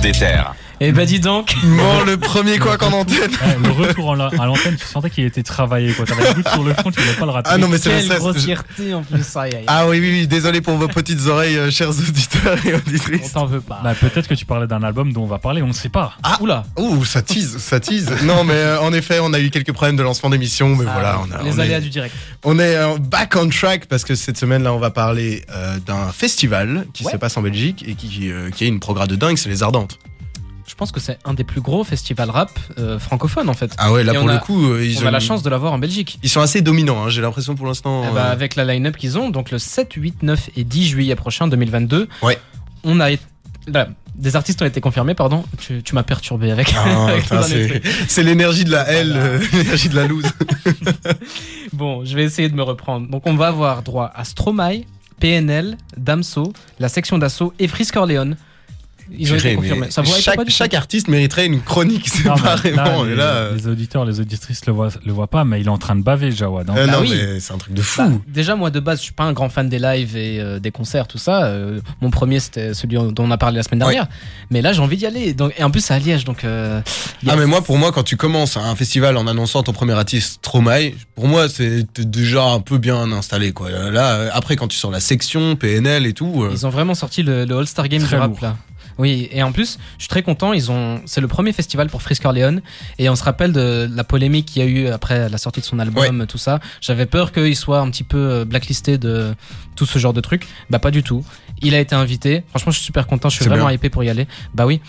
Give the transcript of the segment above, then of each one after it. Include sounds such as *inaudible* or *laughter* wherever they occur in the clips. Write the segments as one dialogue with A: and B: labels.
A: des terres.
B: Eh ben dis donc
C: Bon, le premier quoi qu'en antenne.
D: Ouais, le retour en la- à l'antenne, tu sentais qu'il était travaillé. quoi. T'avais le doute sur le fond, tu ne pas le rater.
C: Ah non, mais c'est
B: Quelle
C: ça, c'est-
B: grossièreté en plus, aïe aïe.
C: Ah oui, oui, oui, désolé pour vos petites oreilles, euh, chers auditeurs et
B: On
C: auditrices.
B: t'en veut pas.
D: Bah, peut-être que tu parlais d'un album dont on va parler, on ne sait pas.
C: ah,
B: Oula
C: Oh, Ouh, ça tease, ça tease. Non, mais euh, en effet, on a eu quelques problèmes de lancement d'émission, mais
B: Ah,
C: voilà, on, a-
B: Les
C: on
B: aléas
C: est,
B: du direct.
C: on est, euh, back on track parce que cette semaine-là, on va parler euh, d'un festival qui
B: Ouais.
C: se passe en Belgique et qui, euh, qui a une progrès de dingue, c'est les Ardentes.
B: Je pense que c'est un des plus gros festivals rap euh, francophone en fait.
C: Ah ouais, là
B: Et
C: pour
B: on
C: le
B: a-
C: coup, euh, ils
B: On
C: ont
B: a la chance de l'avoir en Belgique.
C: Ils sont assez dominants, hein, j'ai l'impression pour l'instant.
B: Eh bah,
C: euh,
B: avec la line-up qu'ils ont, donc le 7, 8, 9 et 10 juillet prochain 2022,
C: Ouais.
B: on a été- là, des artistes ont été confirmés, pardon. Tu, tu m'as perturbé avec.
C: Ah,
B: *laughs* avec
C: putain,
B: le dernier
C: c'est- c'est l'énergie de la L, euh, *laughs* l'énergie de la loose.
B: truc. Bon, je vais essayer de me reprendre. Donc on va avoir droit à Stromae, PNL, Damso, la section d'assaut et Frisk Orléans. Ils ont été
C: Purée,
B: confirmés.
C: mais
B: Ça vous hype pas
C: chaque,
B: du tout
C: chaque artiste mériterait une chronique
D: Non, mais
C: séparément.
D: les,
C: et là, euh,
D: les auditeurs, les auditrices le voient, le voient pas, mais il est en train de baver, Jawad. hein.
C: euh,
B: bah
C: non,
B: oui.
C: mais c'est un truc de fou.
B: Bah, déjà, moi de base, je suis pas un grand fan des lives et euh, des concerts, tout ça. Euh, mon premier, c'était celui dont on a parlé la semaine
C: Ouais.
B: dernière. Mais là, j'ai envie d'y aller. Donc, et en plus, c'est à Liège, donc. euh,
C: Ah
B: yes.
C: mais moi pour moi quand tu commences un festival en annonçant ton premier artiste Stromae, pour moi c'est t'es déjà un peu bien installé quoi. Là euh, après quand tu sors la section PNL et tout, euh,
B: Ils ont vraiment sorti le, le All-Star Game
D: Très
B: du rap
D: lourd.
B: là. Oui, et en plus, je suis très content. Ils ont, c'est le premier festival pour Frisk Orleans, et on se rappelle de la polémique qu'il y a eu après la sortie de son album, tout ça. J'avais peur qu'il soit un petit peu euh, blacklisté de tout ce genre de trucs. Bah pas du tout. Il a été invité. Franchement, je suis super content. Je suis
C: C'est
B: vraiment
C: bien.
B: hypé pour y aller. Bah oui.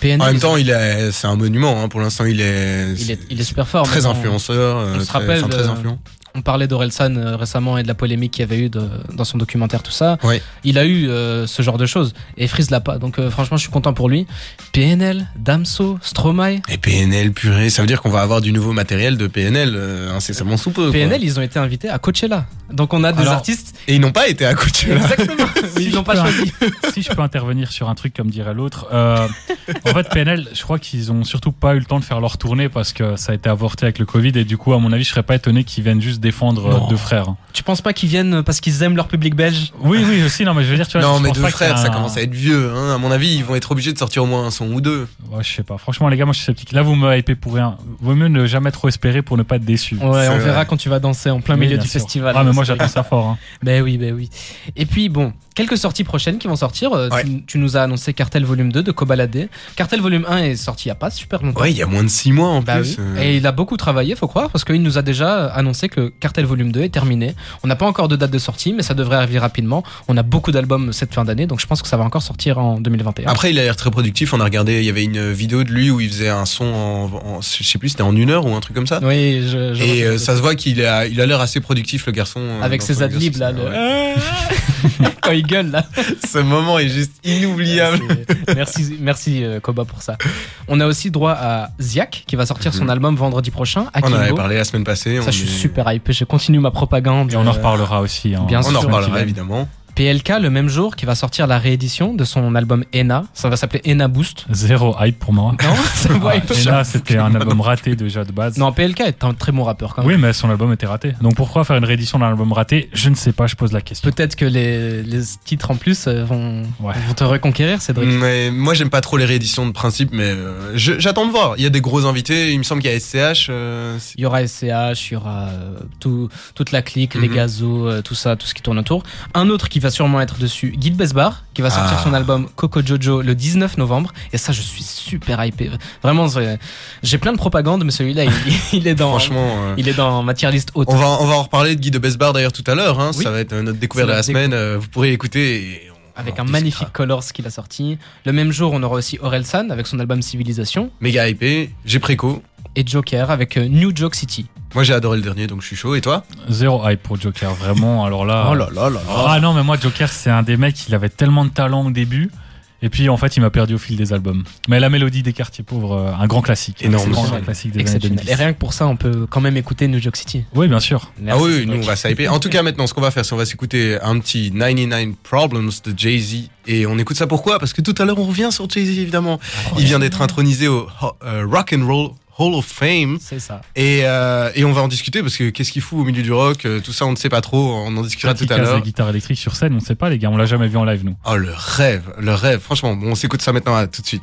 B: PNL.
C: en
B: ils
C: même
B: ont-
C: temps il est c'est un monument hein. pour l'instant il est,
B: il est,
C: c'est-
B: il est super fort.
C: très
B: mais on-
C: influenceur, euh,
B: se
C: très-
B: rappelle,
C: enfin, très
B: euh,
C: influent.
B: On parlait d'Orelsan euh, récemment et de la polémique qu'il y avait eu de- dans son documentaire, tout ça.
C: Ouais.
B: Il a eu euh, ce genre de choses et Freeze l'a pas. Donc euh, franchement, je suis content pour lui. PNL, Damso, Stromae.
C: Et PNL purée, ça veut dire qu'on va avoir du nouveau matériel de PNL euh, incessamment sous peu. quoi.
B: PNL, ils ont été invités à Coachella. Donc on a des
D: Alors- *laughs*
B: artistes.
C: Et ils n'ont pas été à Coachella.
B: Exactement. ils l'ont pas
D: Super.
B: choisi.
D: si je peux intervenir sur un truc comme dirait l'autre. euh, en fait, PNL, je crois qu'ils ont surtout pas eu le temps de faire leur tournée parce que ça a été avorté avec le Covid et du coup, à mon avis, je serais pas étonné qu'ils viennent juste défendre euh,
C: Non.
D: deux frères.
B: Tu penses pas qu'ils viennent parce qu'ils aiment leur public belge
D: Oui, oui, aussi. Non, mais je veux dire, tu vois,
C: non
D: je
C: mais
D: pense
C: deux
D: pas qu'il y a
C: frères, ça
D: un-
C: commence à être vieux. Hein. À mon avis ils vont être obligés de sortir au moins un son ou deux.
D: Ouais, je sais pas. Franchement, les gars, moi, je suis sceptique. Là, vous me hypez pour rien. Vaut mieux ne jamais trop espérer pour ne pas être déçu.
B: Ouais, on
C: C'est vrai.
B: verra quand tu vas danser en plein
D: Oui,
B: milieu
D: bien
B: du
D: sûr.
B: festival.
D: Ah, mais moi, j'attends ça fort. hein.
B: *laughs* Ben oui, ben oui. Et puis bon, quelques sorties prochaines qui vont sortir. Euh,
C: Ouais.
B: Tu, tu nous as annoncé Cartel Volume 2 de Kobalade. Cartel Volume 1 est sorti il y a pas super longtemps.
C: Ouais il y a moins de six mois en
B: Bah
C: plus.
B: oui.
C: euh.
B: Et il a beaucoup travaillé, faut croire, parce qu'il nous a déjà annoncé que Cartel Volume 2 est terminé. On n'a pas encore de date de sortie, mais ça devrait arriver rapidement. On a beaucoup d'albums cette fin d'année, donc je pense que ça va encore sortir en 2021.
C: Après, il a l'air très productif. On a regardé, il y avait une vidéo de lui où il faisait un son en, en- je sais plus, c'était en une heure ou un truc comme ça.
B: oui, je, je
C: Ah. Et euh, ça se voit qu'il a, il a l'air assez productif, le garçon. euh,
B: Avec
C: dans
B: ses
C: son
B: adlibs là,
C: exercice. Ouais.
B: le- *laughs* quand Oh, il gueule là.
C: Ce moment est juste inoubliable.
B: C'est- merci, merci euh, Koba pour ça. On a aussi droit à Ziak qui va sortir son
C: Mhm.
B: album vendredi prochain. à
C: On en avait
B: Kimbo.
C: parlé la semaine passée.
B: Ah, Ça,
C: on
B: je suis
C: est-
B: super hype. Je continue ma propagande.
D: Et on en
B: Euh,
D: reparlera aussi. hein.
B: bien
C: On en
B: sûr.
C: reparlera évidemment.
B: PLK le même jour qui va sortir la réédition de son album Ena. Ça va s'appeler Ena Boost.
D: Zéro hype pour moi.
C: *laughs*
B: Non, ça
C: Ah,
B: me voit hype.
D: et là, c'était un album raté déjà de base.
B: Non, PLK est un très bon rappeur quand même.
D: Oui, mais son album était raté. Donc pourquoi faire une réédition d'un album raté Je ne sais pas, je pose la question.
B: Peut-être que les, les titres en plus euh, vont,
D: Ouais.
B: vont te reconquérir, Cédric.
C: Mais moi, j'aime pas trop les rééditions de principe, mais euh, je- j'attends de voir. Il y a des gros invités. Il me semble qu'il y a SCH. euh, c'est-
B: Il y aura SCH, il y aura euh, tout, toute la clique, les
C: Mhm.
B: gazos, euh, tout ça, tout ce qui tourne autour. Un autre qui va sûrement être dessus, Guy de Besbar, qui va sortir
C: Ah.
B: son album Coco Jojo le 19 novembre. Et ça, je suis super hypé. Vraiment, c'est- j'ai plein de propagande, mais celui-là, il, *laughs* il est dans.
C: Franchement. Oh, euh,
B: Il est dans matière liste haute.
C: On va, on va en reparler de Guy de Besbar d'ailleurs tout à l'heure. hein.
B: Oui.
C: Ça va être notre découverte
B: C'est
C: de la
B: notre
C: semaine. euh, Vous pourrez écouter. et on-
B: Avec
C: on
B: un
C: discutera.
B: magnifique Colors qu'il a sorti. Le même jour, on aura aussi Orelsan avec son album Civilisation
C: méga hypé, j'ai préco.
B: et Joker avec euh, New Joke City.
C: Moi j'ai adoré le dernier donc je suis chaud et toi
D: Zéro hype pour Joker, vraiment. Alors là.
C: Oh là là
D: Ah non, mais moi, Joker, c'est un des mecs, il avait tellement de talent au début. Et puis, en fait, il m'a perdu au fil des albums. Mais La Mélodie des Quartiers Pauvres, euh, un grand classique.
C: Énorme.
D: Grand,
B: Exceptionnel.
D: classique des années
B: Exceptionnel. Et
D: 2010.
B: rien que pour ça, on peut quand même écouter New Joke City.
D: Oui, bien sûr.
C: Ah
B: Merci,
C: oui, oui,
B: Cédric.
C: nous on va s'hyper. En tout cas maintenant ce qu'on va faire c'est on va s'écouter un petit 99 Problems de Jay-Z et on écoute ça pourquoi Parce que tout à l'heure on revient sur Jay-Z évidemment. Il vient d'être intronisé au Ho- euh, Rock and Roll Hall of Fame.
B: *laughs* C'est ça.
C: Et, euh, et on va en discuter parce que qu'est-ce qu'il fout au milieu du rock euh, Tout ça, on ne sait pas trop. On en discutera
D: Qui
C: tout à
D: casse la
C: l'heure.
D: guitare électrique sur scène, on sait pas, les gars, on l'a jamais vu en live, nous.
C: Oh, le rêve, le rêve. Franchement, bon, on s'écoute ça maintenant. à tout de suite.